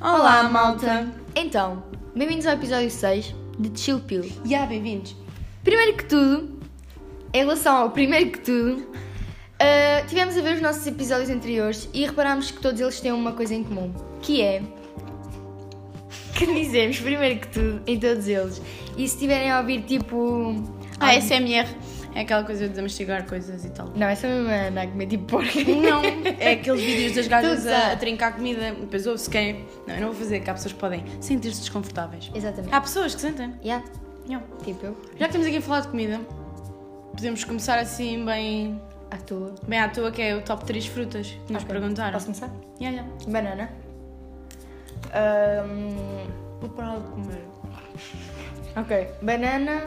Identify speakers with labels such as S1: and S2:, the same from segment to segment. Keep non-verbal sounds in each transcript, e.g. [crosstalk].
S1: Olá, malta!
S2: Então, bem-vindos ao episódio 6 de Chill Pill.
S1: E yeah, bem-vindos!
S2: Primeiro que tudo, em relação ao primeiro que tudo, uh, tivemos a ver os nossos episódios anteriores e reparámos que todos eles têm uma coisa em comum, que é [laughs] que dizemos primeiro que tudo em todos eles. E se estiverem a ouvir tipo.
S1: A SMR Ah, é aquela coisa de mastigar coisas e tal.
S2: Não, essa é mesmo a Ana a comer tipo porco.
S1: Não, é aqueles vídeos das gajas
S2: Tudo
S1: a,
S2: sabe.
S1: a trincar comida, depois ouve-se quem. é. Não, eu não vou fazer, que há pessoas que podem sentir-se desconfortáveis.
S2: [laughs] Exatamente.
S1: Há pessoas que sentem.
S2: Yeah,
S1: Não.
S2: tipo eu,
S1: Já que estamos aqui a falar de comida, podemos começar assim bem,
S2: à toa.
S1: bem à toa, que é o top 3 frutas que nos
S2: Ok.
S1: perguntaram.
S2: Posso começar?
S1: Yeah, yeah.
S2: Banana. Ahm,
S1: Vou parar de comer.
S2: Ok, banana.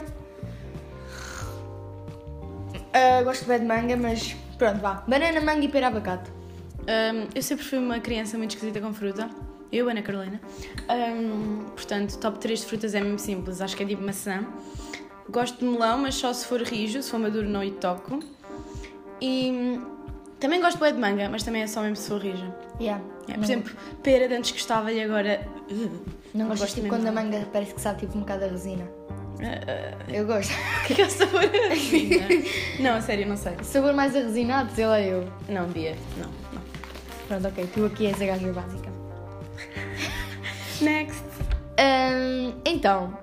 S2: Ah, gosto bem de manga, mas pronto, vá. Banana, manga e pera abacate.
S1: Hum, eu sempre fui uma criança muito esquisita com fruta. Eu, Ana Carolina. Hum, portanto, top 3 de frutas é mesmo simples. Acho que é tipo maçã. Gosto de melão, mas só se for rijo. Se for maduro, não lhe toco. E hum, também gosto bué de manga, mas também é só mesmo se for rija.
S2: Yeah.
S1: É, por
S2: não-
S1: exemplo, pera de antes gostava e agora. uh,
S2: Hum. não gosto tipo,
S1: mesmo.
S2: quando a manga parece que sabe tipo um bocado a resina.
S1: Uh,
S2: Eu gosto. [laughs]
S1: uh, [laughs] que é o sabor assim, Não, a sério, não sei.
S2: Sabor mais arresinado, sei lá eu.
S1: Não, Bia, não, não.
S2: Pronto, ok, tu aqui és a gaja básica.
S1: Next.
S2: Ahm, então,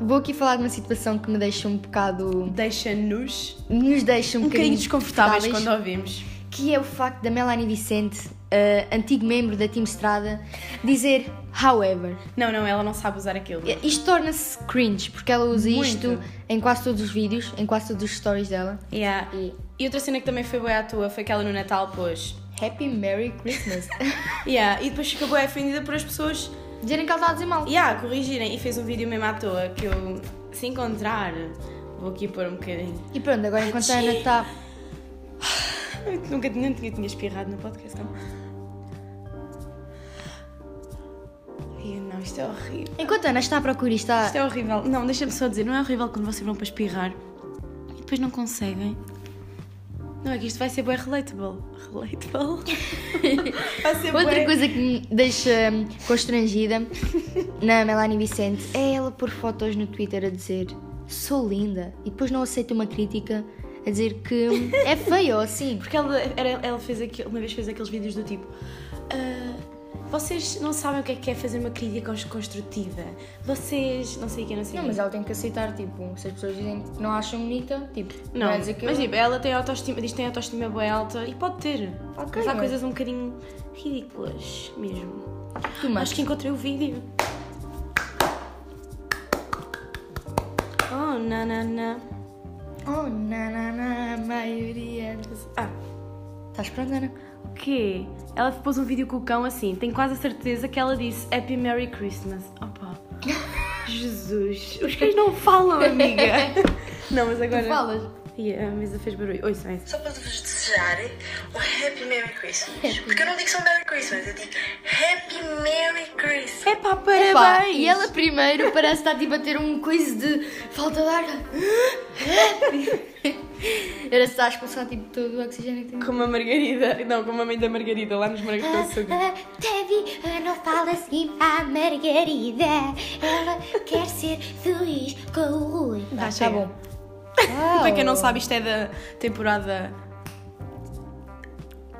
S2: vou aqui falar de uma situação que me deixa um bocado.
S1: Deixa-nos
S2: nos deixa um,
S1: um bocadinho
S2: bocadinho
S1: desconfortáveis quando ouvimos.
S2: que é o facto da Melanie Vicente, eh, antigo membro da Team Estrada, dizer however.
S1: Não, não, ela não sabe usar aquilo.
S2: Eh, Isto torna-se cringe, porque ela usa
S1: Muito.
S2: isto em quase todos os vídeos, em quase todos os stories dela.
S1: Yeah.
S2: E-
S1: E outra cena que também foi boa à tua foi aquela no Natal, pois.
S2: Happy Merry
S1: [laughs]
S2: Christmas.
S1: Yeah. E depois fica boa ofendida por as pessoas
S2: Dizerem que ela está a dizer mal.
S1: yeah, corrigirem. E fez um vídeo mesmo à toa que eu, se encontrar, vou aqui pôr um bocadinho.
S2: E pronto, agora enquanto a Ana está.
S1: Eu nunca nem tinha, tinha espirrado no podcast, não. Ai, não, isto é horrível.
S2: Enquanto a Ana está à procura e está.
S1: Isto é horrível. Não, deixa-me só dizer, não é horrível quando vocês vão para espirrar e depois não conseguem. Não, é que isto vai ser bem relatable. Relatable? vai ser
S2: Outra
S1: bué-
S2: coisa que me deixa hum, constrangida na Melanie Vicente é ela pôr fotos no Twitter a dizer sou linda e depois não aceita uma crítica a dizer que hum, é feia ou assim.
S1: Porque ela, era, ela fez aquilo, uma vez fez aqueles vídeos do tipo. "Ah, vocês não sabem o que é que é fazer uma crítica cons- construtiva. Vocês. não sei o que, não sei o
S2: Não,
S1: quê."
S2: mas ela tem que aceitar, tipo, se as pessoas dizem que não a acham bonita, tipo,
S1: Não,
S2: vai dizer que
S1: mas
S2: eu-
S1: tipo, ela tem autoestima, diz que tem autoestima bem alta e pode ter.
S2: Ok,
S1: mas há
S2: mas-
S1: coisas um bocadinho ridículas mesmo.
S2: Tu, mas-
S1: tipo, Acho que encontrei o vídeo. Oh, na na na.
S2: Oh, na, na, na, a maioria. das-
S1: Ah,
S2: Estás pronta, Ana?
S1: o quê? Ela pôs um vídeo com o cão assim, tenho quase a certeza que ela disse Happy Merry Christmas. [laughs] Opa. Jesus, os cães não falam, amiga. [laughs] não, mas agora.
S2: Falas.
S1: Ih, a mesa fez barulho. Oi, Sam.
S3: só para vos desejar um Happy Merry Christmas. Porque eu não digo só Merry Christmas, eu digo Happy Merry Christmas.
S1: É pá,
S2: Epá,
S1: parabéns!
S2: e ela primeiro parece estar tipo a ter um coisa de falta de ar. [laughs] Era se está a expulsar tipo todo o oxigênio que tem.
S1: Como a Margarida. Não, como a mãe da Margarida lá nos morangos com açúcar.
S4: Debbie Eh, não fala assim à Margarida. Ela quer ser feliz com o Rui.
S2: Ah, tá
S1: chega.
S2: bom.
S1: Para quem não sabe, isto é da temporada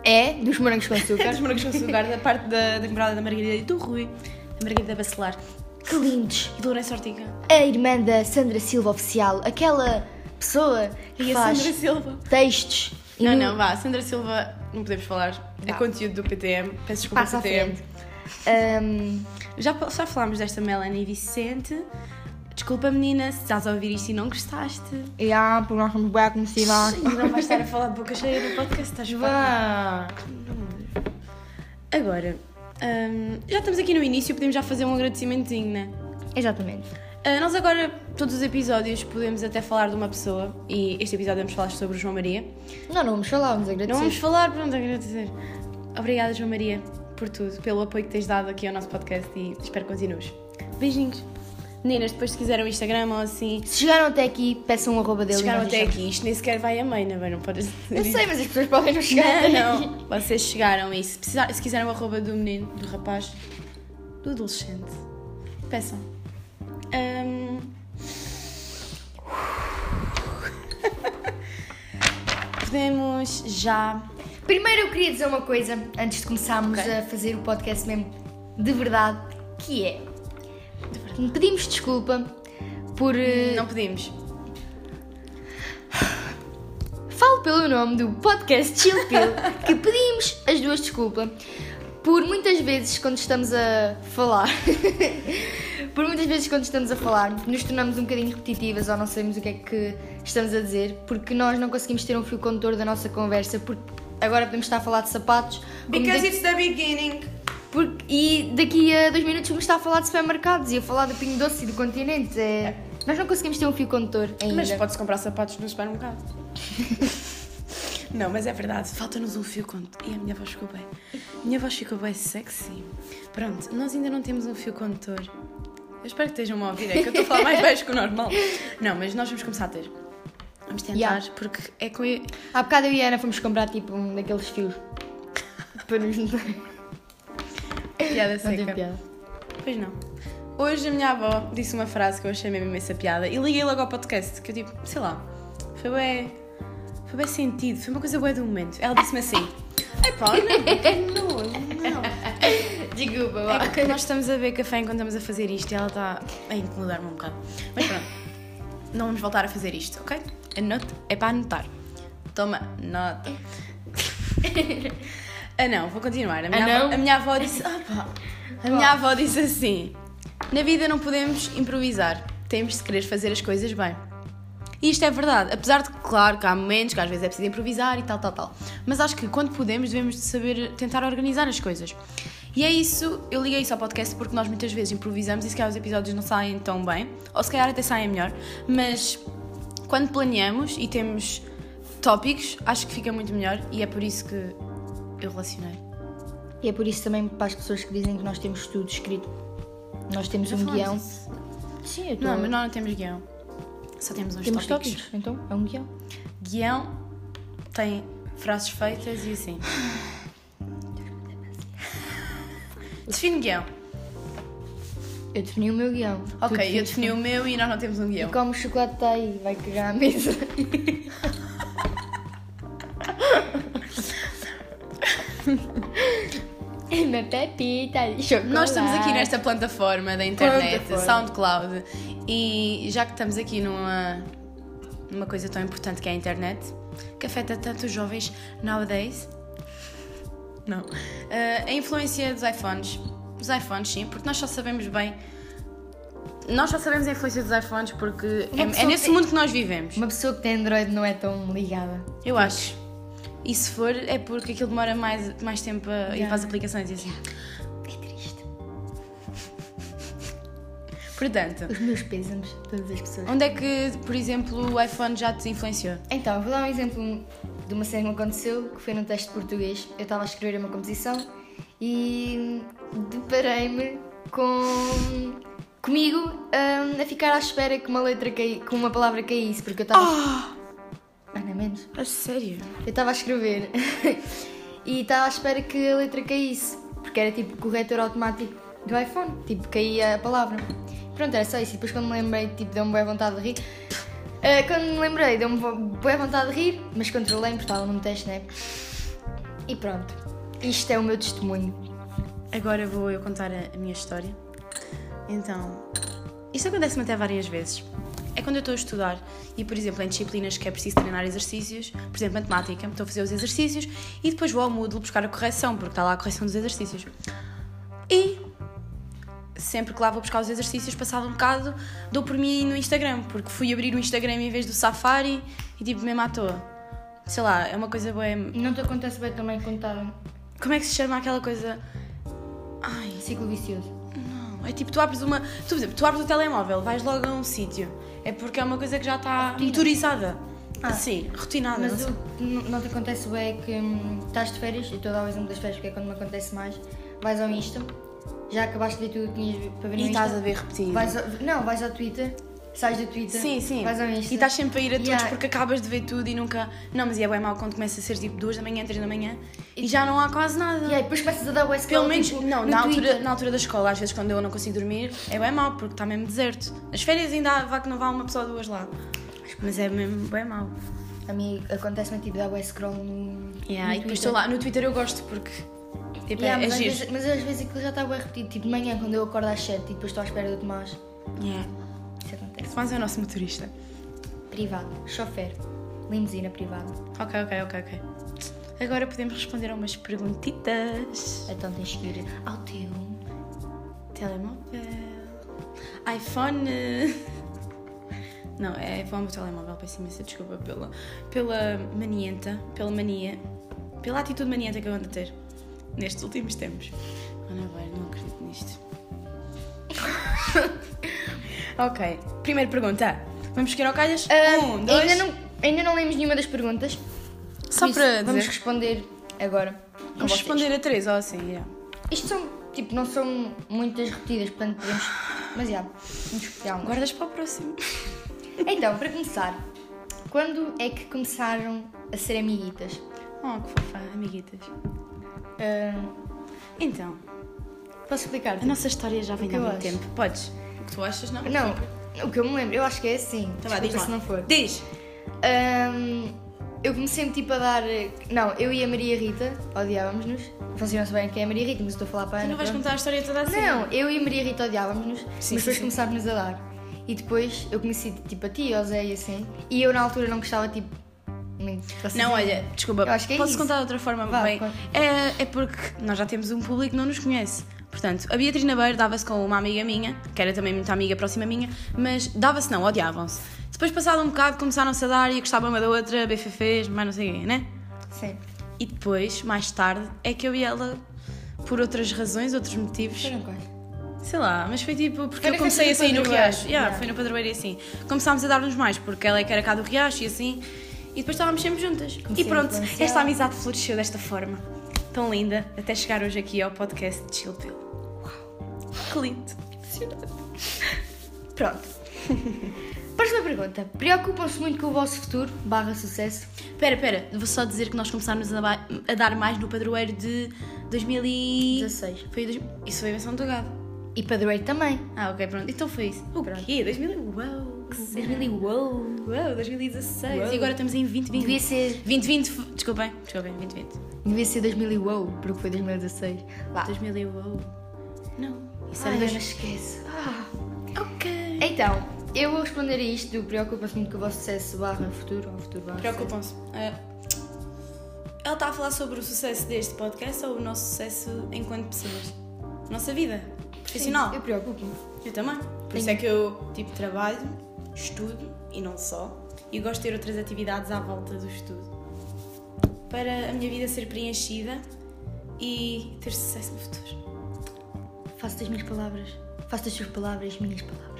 S2: É, dos morangos
S1: [laughs]
S2: com
S1: dos
S2: açúcar.
S1: morangos com açúcar, da parte [laughs] da, da temporada da Margarida e do Rui. Da Margarida Bacelar.
S2: que lindos.
S1: E do Lourenço Ortiga.
S2: A irmã da Sandra Silva oficial, aquela pessoa que
S1: E a
S2: faz
S1: Sandra Silva.
S2: textos. e
S1: Não,
S2: no-
S1: não, vá. Sandra Silva, não podemos falar. É conteúdo do PTM. Peço desculpa,
S2: Passa à
S1: PTM.
S2: frente. Ahm,
S1: Já, já falámos desta Melanie Vicente. Desculpa, menina, se estás a ouvir isto e não gostaste.
S2: e há, porque nós somos bem conhecidas.
S1: Não vais estar a falar de boca cheia no podcast, estás bem?
S2: Vá.
S1: Agora, hum, já estamos aqui no início, podemos já fazer um agradecimentozinho, né?
S2: Exatamente.
S1: Ah, nós agora, todos os episódios, podemos até falar de uma pessoa e este episódio vamos falar sobre o João Maria.
S2: Não, não vamos falar, vamos agradecer.
S1: Não vamos falar, pronto, agradecer. Obrigada, João Maria, por tudo, pelo apoio que tens dado aqui ao nosso podcast e espero que continues. Beijinhos. Meninas, depois se quiserem o Instagram ou assim,
S2: Se chegaram até aqui, peçam um arroba dele. e
S1: chegaram
S2: nós
S1: até
S2: deixamos.
S1: aqui. Isto nem sequer vai a mãe, não é? Não podes dizer
S2: Eu
S1: isso. [laughs]
S2: sei, mas as pessoas podem não chegar até
S1: Não,
S2: aqui.
S1: não. Vocês chegaram e se, precisar, se quiserem o arroba do menino, do rapaz, do adolescente. Peçam. Ahm. [laughs] Podemos já.
S2: Primeiro eu queria dizer uma coisa, antes de começarmos
S1: Ok.
S2: a fazer o podcast mesmo de verdade, que é... Pedimos desculpa por... eh,
S1: Não pedimos.
S2: Falo pelo nome do podcast Chill Pill, que pedimos as duas desculpa por muitas vezes quando estamos a falar. [laughs] por muitas vezes quando estamos a falar, nos tornamos um bocadinho repetitivas ou não sabemos o que é que estamos a dizer, porque nós não conseguimos ter um fio condutor da nossa conversa, porque agora podemos estar a falar de sapatos. como daqui-
S1: it's the beginning.
S2: porque- e daqui a dois minutos vamos estar a falar de supermercados e a falar do Pinho Doce e do continente. É, nós não conseguimos ter um fio condutor ainda.
S1: Mas pode-se comprar sapatos no supermercado. [laughs] Não, mas é verdade, falta-nos um fio condutor. E a minha voz ficou bem. A minha voz ficou bem sexy. Pronto, nós ainda não temos um fio condutor. Eu espero que estejam a ouvir, é que eu estou a falar mais baixo que o
S2: [laughs]
S1: normal. Não, mas nós vamos começar a ter. Vamos tentar,
S2: Yeah.
S1: porque é com. e-
S2: Há bocado eu e a Ana fomos comprar tipo um
S1: [laughs]
S2: daqueles fios para nos não
S1: Piada
S2: tem
S1: seca.
S2: piada.
S1: Pois não. Hoje a minha avó disse uma frase que eu achei mesmo imensa piada e liguei logo ao podcast, que eu tipo, sei lá, foi bem, foi bem sentido, foi uma coisa boa do momento. Ela disse-me assim, epá, não, não, não.
S2: Desculpa,
S1: É que nós estamos a ver café enquanto estamos a fazer isto e ela está a incomodar-me um bocado. Mas pronto, não vamos voltar a fazer isto, ok? Anote, é para anotar. Toma, nota. ah não, vou continuar. A minha,
S2: Ah, não?
S1: avó, a minha avó disse. Ah, pá. A minha avó disse assim: Na vida não podemos improvisar, temos de querer fazer as coisas bem. E isto é verdade, apesar de que, claro, que há momentos que às vezes é preciso improvisar e tal, tal, tal. Mas acho que quando podemos, devemos de saber tentar organizar as coisas. E é isso, eu liguei isso ao podcast porque nós muitas vezes improvisamos e se calhar os episódios não saem tão bem, ou se calhar até saem melhor, mas quando planeamos e temos tópicos, acho que fica muito melhor e é por isso que eu relacionei.
S2: E é por isso também para as pessoas que dizem que nós temos tudo escrito. Nós temos
S1: Já
S2: um
S1: falamos
S2: guião.
S1: disso?
S2: Sim, eu estou.
S1: Não, mas nós não temos guião. Só temos uns
S2: é? Temos
S1: tópicos.
S2: tópicos. Então, é um guião.
S1: Guião tem frases feitas e assim. Define guião.
S2: Eu defini o meu guião. Tu
S1: Ok, eu
S2: definiste.
S1: defini o meu e nós não temos um guião.
S2: Como o chocolate está aí, vai cagar à
S1: [laughs]
S2: mesa. [laughs] É Uma pepita de chocolate.
S1: Nós estamos aqui nesta plataforma da internet,
S2: é? Plataforma.
S1: SoundCloud, e já que estamos aqui numa, numa coisa tão importante que é a internet, que afeta tanto os jovens nowadays, não, eh, a influência dos iPhones. Os iPhones, sim, porque nós só sabemos bem. Nós só sabemos a influência dos iPhones porque
S2: Uma
S1: é, é
S2: pessoa
S1: nesse
S2: tem-
S1: mundo que nós vivemos.
S2: Uma pessoa que tem Android não é tão ligada.
S1: Eu acho. E se for, é porque aquilo demora mais, mais tempo a ir
S2: Yeah.
S1: para as aplicações e assim.
S2: É triste.
S1: Portanto,
S2: Os meus pêsames, todas as pessoas.
S1: Onde é que, por exemplo, o iPhone já te influenciou?
S2: Então, vou dar um exemplo de uma cena que me aconteceu, que foi num teste de português. Eu estava a escrever uma composição e deparei-me com comigo hum, a ficar à espera que uma letra cai- que uma palavra caísse, porque eu estava Ana é menos.
S1: A sério?
S2: Eu estava a escrever [laughs] e estava à espera que a letra caísse, porque era tipo corretor automático do iPhone, tipo caía a palavra. Pronto, era só isso. E depois quando me lembrei, tipo, deu-me boa vontade de rir. Ah, quando me lembrei, deu-me bo- boa vontade de rir, mas controlei-me, porque estava num teste, né? E pronto. Isto é o meu testemunho.
S1: Agora vou eu contar a a minha história. Então, isto acontece-me até várias vezes. É quando eu estou a estudar e, por exemplo, em disciplinas que é preciso treinar exercícios, por exemplo, matemática, estou a fazer os exercícios e depois vou ao Moodle buscar a correção, porque está lá a correção dos exercícios. E sempre que lá vou buscar os exercícios, passado um bocado, dou por mim no Instagram, porque fui abrir o Instagram em vez do Safari e tipo, mesmo à toa. Sei lá, é uma coisa boa.
S2: Não te acontece bem também quando estava
S1: Como é que se chama aquela coisa? Ai,
S2: ciclo vicioso.
S1: não. É tipo, tu abres uma. Tu, por exemplo, tu abres o telemóvel, vais logo a um sítio. É porque é uma coisa que já está motorizada.
S2: Ah.
S1: Sim, rotinada. não
S2: Mas
S1: sei.
S2: o que n- não te acontece bem é que hum, estás de férias, e estou a dar o exemplo das férias porque é quando me acontece mais, vais ao Insta, já acabaste de ver tudo o que tinhas para ver no
S1: E
S2: Insta.
S1: estás a ver repetido.
S2: Vais ao- não, vais ao Twitter sais do Twitter,
S1: Sim, sim.
S2: vais ao Insta.
S1: E estás sempre a ir a todos
S2: Yeah.
S1: porque acabas de ver tudo e nunca. Não, mas e é bem mal quando começa a ser tipo 2 da manhã, 3 da manhã e já não há quase nada.
S2: E aí depois começas a dar o SQL,
S1: Pelo menos,
S2: tipo,
S1: não,
S2: no
S1: na altura,
S2: Twitter.
S1: na altura da escola, às vezes quando eu não consigo dormir, é bem mal porque está mesmo deserto. Nas férias ainda há, vá que não vá uma pessoa ou duas lá. Mas é mesmo bem mal.
S2: A mim acontece-me tipo dar o scroll no,
S1: Yeah, e
S2: no
S1: depois
S2: Twitter.
S1: estou lá. No Twitter eu gosto porque. Tipo,
S2: Yeah,
S1: é, é
S2: mas, às
S1: giro.
S2: vezes, mas às vezes aquilo já está bem repetido. Tipo, de manhã, quando eu acordo às 7 e depois estou à espera do Tomás.
S1: Yeah.
S2: Isso acontece.
S1: Mas é o nosso motorista.
S2: Privado. Chofer. Limusina privada.
S1: Ok, ok, ok, ok. Agora podemos responder a umas perguntitas.
S2: Então tens que ir ao teu.
S1: Telemóvel. iPhone. Não, é iPhone ou telemóvel, peço imensa desculpa pela, pela manienta, pela mania, pela atitude manienta que eu ando a ter nestes últimos tempos. Ana vai, não acredito nisto. [laughs] ok, primeira pergunta. Vamos escolher ao calhas? um, dois.
S2: Ah, Ainda não, ainda não lemos nenhuma das perguntas.
S1: Só
S2: por isso
S1: para
S2: Vamos
S1: dizer.
S2: responder agora. com
S1: Vamos
S2: vocês.
S1: responder a três, ou assim, yeah.
S2: Isto são, tipo, não são muitas repetidas, portanto podemos. Mas já, vamos escolher uma.
S1: Guardas para o próximo.
S2: Então, para começar, quando é que começaram a ser amiguitas?
S1: Oh, que fofa, amiguitas.
S2: Ah,
S1: Então,
S2: posso explicar?
S1: a nossa história já vem
S2: que
S1: há
S2: eu
S1: muito
S2: acho?
S1: tempo. Podes. O que tu achas, não?
S2: Não, o que eu me lembro, eu acho que é assim.
S1: Tá vá,
S2: desculpa
S1: diz lá.
S2: se não for.
S1: Diz.
S2: Ahm, eu comecei tipo a dar. eh, Não, eu e a Maria Rita odiávamos-nos. Vocês não sabem quem é a Maria Rita, mas eu estou a falar para a
S1: Tu
S2: Ana.
S1: não vais
S2: pronto.
S1: contar a história toda assim?
S2: Não, eu e a Maria Rita odiávamos-nos, mas
S1: Sim, sim,
S2: depois
S1: sim.
S2: começámos-nos a dar. E depois eu conheci tipo a ti, ao Zé e assim. E eu na altura não gostava tipo. Muito de vocês.
S1: Não, olha, desculpa,
S2: Eu acho que é
S1: posso
S2: isso.
S1: contar de outra forma?
S2: Vá,
S1: bem,
S2: claro.
S1: é, é porque nós já temos um público que não nos conhece. Portanto, a Beatriz Nabeiro dava-se com uma amiga minha, que era também muito amiga próxima minha, mas dava-se não, odiavam-se. Depois, passado um bocado, começaram-se a dar e gostavam uma da outra, BFFs, mas não sei quem, né?
S2: Sim.
S1: E depois, mais tarde, é que eu e ela, por outras razões, outros motivos,
S2: Foram quais?
S1: Sei lá, mas foi tipo, porque
S2: Foi na
S1: eu comecei
S2: festa do
S1: assim no
S2: Padroeiro,
S1: Riacho. Yeah,
S2: yeah.
S1: Foi no Padroeiro e assim. Começámos a dar-nos mais, porque ela é que era cá do Riacho e assim. E depois estávamos sempre juntas. e
S2: Comecei a
S1: pronto,
S2: influenciar.
S1: esta amizade floresceu desta forma. Tão linda, até chegar hoje aqui ao podcast de Chill Pill. Uau! Que lindo!
S2: Pronto. Próxima pergunta. Preocupam-se muito com o vosso futuro barra sucesso?
S1: Pera, pera, vou só dizer que nós começámos a, ba- a dar mais no Padroeiro de 2000 e...
S2: 16.
S1: Foi dois... Isso foi a invenção do gado.
S2: E padroeiro também.
S1: Ah, ok, pronto. Então foi isso. O
S2: Pronto.
S1: quê? 2000 e... Uau! Que cena.
S2: 2000 e uou.
S1: Uau, 2016. E agora estamos em 2020.
S2: Devia ser,
S1: 2020, f- desculpem, desculpem, 2020.
S2: devia ser 2000 e uou, porque foi 2016. Lá.
S1: 2000 e uou. Não, isso era
S2: Ai, eu
S1: dois...
S2: não esqueço. Ah.
S1: Ok.
S2: Então, eu vou responder a isto do preocupa-se muito com o vosso sucesso barra futuro ou futuro barra
S1: Preocupam-se. Ah, ela está a falar sobre o sucesso deste podcast ou o nosso sucesso enquanto pessoas? Nossa vida
S2: sucesso. Sim,
S1: profissional.
S2: Eu preocupo-me.
S1: eu... também. Por isso é que eu, tipo, trabalho, estudo e não só. E gosto de ter outras atividades à volta do estudo. Para a minha vida ser preenchida e ter sucesso no futuro.
S2: Faço das minhas palavras. Faço das suas palavras, minhas palavras.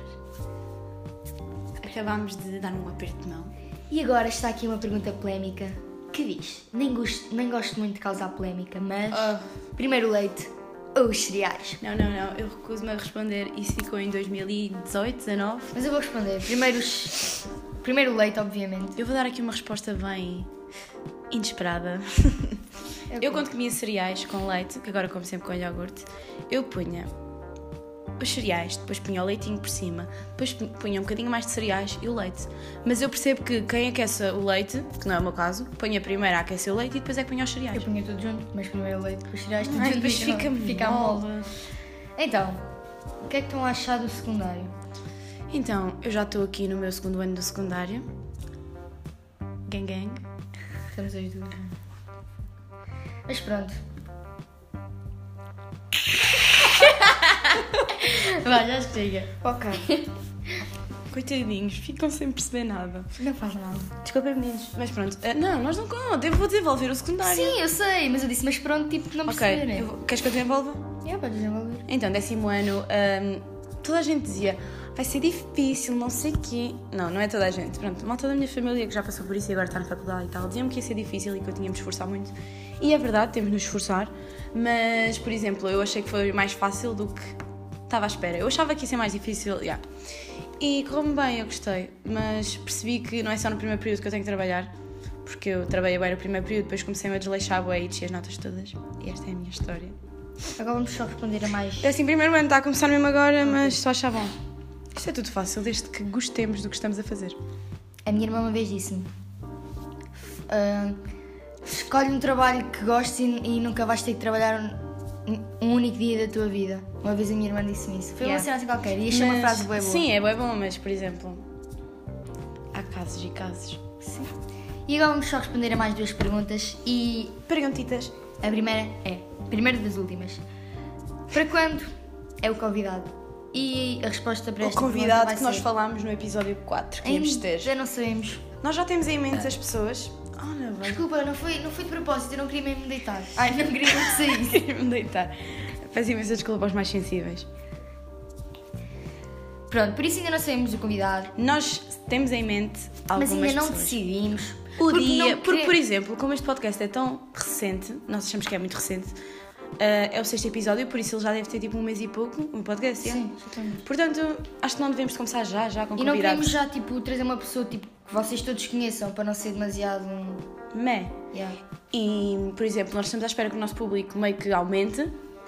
S1: Acabámos de dar um aperto de mão.
S2: E agora está aqui uma pergunta polémica que diz: nem gosto, nem gosto muito de causar polémica, mas.
S1: Oh.
S2: Primeiro o leite ou os cereais?
S1: Não, não, não, eu recuso-me a responder. Isso ficou em 2018, 19.
S2: Mas eu vou responder. Primeiro os. Primeiro o leite, obviamente.
S1: Eu vou dar aqui uma resposta bem inesperada. Eu quando comia cereais com leite, que agora como sempre com iogurte, eu punha os cereais, depois punha o leitinho por cima, depois pu- punha um bocadinho mais de cereais e o leite. Mas eu percebo que quem aquece o leite, que não é o meu caso, punha primeiro a aquecer o leite e depois é que punha os
S2: Eu
S1: cereais.
S2: punha tudo junto, mas primeiro o leite, depois os cereais, tudo
S1: Ai,
S2: junto.
S1: depois fica,
S2: fica mole. Então, o que é que estão a achar do secundário?
S1: Então, eu já estou aqui no meu segundo ano do secundário. Gang gang.
S2: Estamos as duas. Mas pronto. [laughs]
S1: Vai, já chega.
S2: Ok.
S1: Coitadinhos, ficam sem perceber nada.
S2: Não faz nada.
S1: Desculpem, meninos. Mas pronto. Ah, não, nós não conta. Eu vou desenvolver o secundário.
S2: Sim, eu sei, mas eu disse, mas pronto, tipo, não
S1: Ok.
S2: perceberem.
S1: eu vou- Queres que eu desenvolva?
S2: É, pode desenvolver.
S1: Então, décimo ano, hum, toda a gente dizia vai ser difícil, não sei quê. Não, não é toda a gente. Pronto, malta da minha família que já passou por isso e agora está na faculdade e tal, diziam-me que ia ser difícil e que eu tinha de me esforçar muito. E é verdade, temos de nos esforçar, mas, por exemplo, eu achei que foi mais fácil do que estava à espera. Eu achava que ia ser mais difícil, já. E correu-me bem, eu gostei. Mas percebi que não é só no primeiro período que eu tenho que trabalhar, porque eu trabalhei bem no primeiro período, depois comecei-me a desleixar bué e desci as notas todas. E esta é a minha história.
S2: Agora vamos só responder a mais.
S1: É assim, primeiro ano está a começar mesmo agora, mas só achar bom. Isto é tudo fácil, desde que gostemos do que estamos a fazer.
S2: A minha irmã uma vez disse-me: "F- ah, Escolhe um trabalho que gostes e, e nunca vais ter que trabalhar um, um único dia da tua vida. Uma vez a minha irmã disse-me isso. Foi
S1: Yeah.
S2: uma cena assim qualquer e achei uma
S1: Mas-
S2: frase boa boa.
S1: Sim, é bué bom, mas, por exemplo, há casos e casos.
S2: Sim. E agora vamos só responder a mais duas perguntas e
S1: Perguntitas.
S2: a primeira é, primeira das últimas. Para quando é o convidado? E a resposta para
S1: O
S2: esta
S1: convidado
S2: pergunta vai
S1: que nós
S2: ser,
S1: falámos no episódio 4, que íamos ter.
S2: Ainda não sabemos.
S1: Nós já temos em mente as pessoas. Oh, não vai.
S2: Desculpa, não foi, não foi de propósito, eu não queria mesmo deitar. Ai, não queria mesmo sair.
S1: Queria-me [laughs] deitar. Peço imensa desculpa aos mais sensíveis.
S2: [laughs] Pronto, por isso ainda não sabemos o convidado.
S1: Nós temos em mente algumas
S2: Mas ainda não
S1: pessoas.
S2: decidimos.
S1: O
S2: porque
S1: dia,
S2: não
S1: porque,
S2: queremos-
S1: por exemplo, como este podcast é tão recente, nós achamos que é muito recente, eh, é o sexto episódio, por isso ele já deve ter tipo um mês e pouco, um podcast, yeah?
S2: Sim, já estamos.
S1: Portanto, acho que não devemos começar já, já com
S2: E não queremos
S1: convidados.
S2: já, tipo, trazer uma pessoa tipo, que vocês todos conheçam, para não ser demasiado. um-
S1: Mé.
S2: Yeah.
S1: E, por exemplo, nós estamos à espera que o nosso público meio que aumente,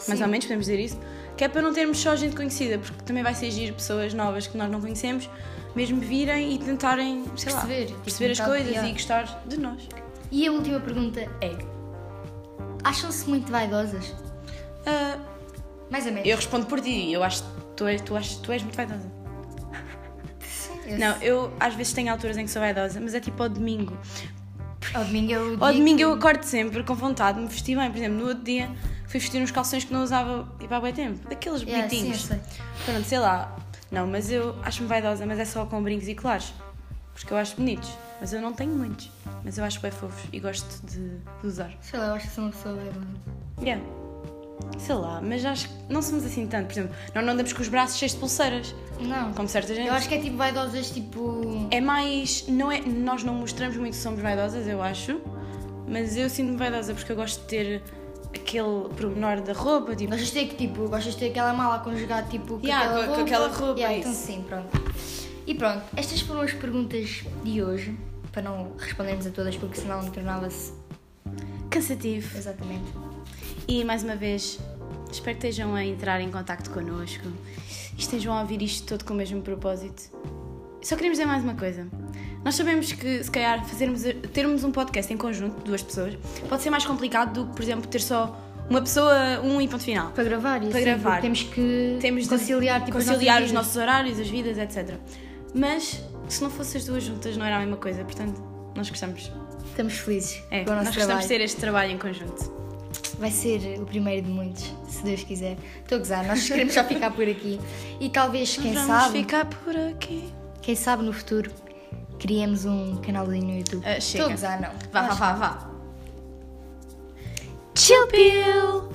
S1: mais
S2: Sim.
S1: ou menos, podemos dizer isso, que é para não termos só gente conhecida, porque também vai ser giro pessoas novas que nós não conhecemos, mesmo virem e tentarem, sei lá,
S2: Perceber, tipo,
S1: perceber as
S2: tentar-
S1: coisas
S2: yeah.
S1: e gostar de nós.
S2: E a última pergunta é: acham-se muito vaidosas?
S1: Ah,
S2: Mais ou menos.
S1: eu respondo por ti, eu acho que tu és, tu és, tu és muito vaidosa.
S2: Eu-
S1: Não, eu às vezes tenho alturas em que sou vaidosa, mas é tipo ao domingo.
S2: Ao domingo é o
S1: Ao
S2: dia
S1: domingo
S2: que-
S1: eu acordo sempre com vontade de me vestir bem. Por exemplo, no outro dia fui vestir uns calções que não usava tipo, há bem tempo. Daqueles
S2: Yeah, sim,
S1: bonitinhos.
S2: eu sei.
S1: Pronto, sei lá. Não, mas eu acho-me vaidosa, mas é só com brincos e colares. Porque eu acho bonitos. Mas eu não tenho muitos. Mas eu acho bem fofos e gosto de, de usar.
S2: Sei lá, eu acho que sou uma pessoa vaidosa.
S1: Yeah. Sei lá, mas acho que não somos assim tanto. Por exemplo, nós não andamos com os braços cheios de pulseiras.
S2: Não.
S1: Como certa gente.
S2: Eu acho que é tipo vaidosas, tipo.
S1: É mais. Não é, nós não mostramos muito que somos vaidosas, eu acho. Mas eu sinto-me vaidosa porque eu gosto de ter aquele pormenor da roupa, tipo.
S2: Gostas de ter que tipo, gostas de ter aquela mala conjugada tipo com,
S1: Yeah,
S2: aquela,
S1: com- com
S2: roupa.
S1: aquela roupa,
S2: Yeah, então
S1: isso.
S2: sim, pronto. E pronto, estas foram as perguntas de hoje, para não respondermos a todas porque senão tornava-se
S1: cansativo.
S2: exatamente.
S1: E mais uma vez, espero que estejam a entrar em contacto connosco e estejam a ouvir isto todo com o mesmo propósito. Só queremos dizer mais uma coisa. Nós sabemos que, se calhar, fazermos, termos um podcast em conjunto, duas pessoas, pode ser mais complicado do que, por exemplo, ter só uma pessoa, um e ponto final.
S2: Para gravar isso.
S1: Para gravar.
S2: porque Temos que
S1: Temos de
S2: conciliar, tipo, as
S1: conciliar
S2: nossas
S1: os
S2: vidas.
S1: nossos horários, as vidas, etc. Mas, se não fossem as duas juntas, não era a mesma coisa. Portanto, nós gostamos.
S2: Estamos felizes
S1: É,
S2: com o nosso
S1: nós
S2: trabalho.
S1: gostamos de ter este trabalho em conjunto.
S2: Vai ser o primeiro de muitos, se Deus quiser. Estou a gozar, nós queremos só ficar por aqui. E talvez, quem
S1: Vamos
S2: sabe,
S1: ficar por aqui.
S2: quem sabe no futuro, criemos um canalzinho no YouTube.
S1: Ah, chega.
S2: Estou a gozar, não.
S1: Vá,
S2: Acho
S1: vá, vá, vá.
S2: Chill pill!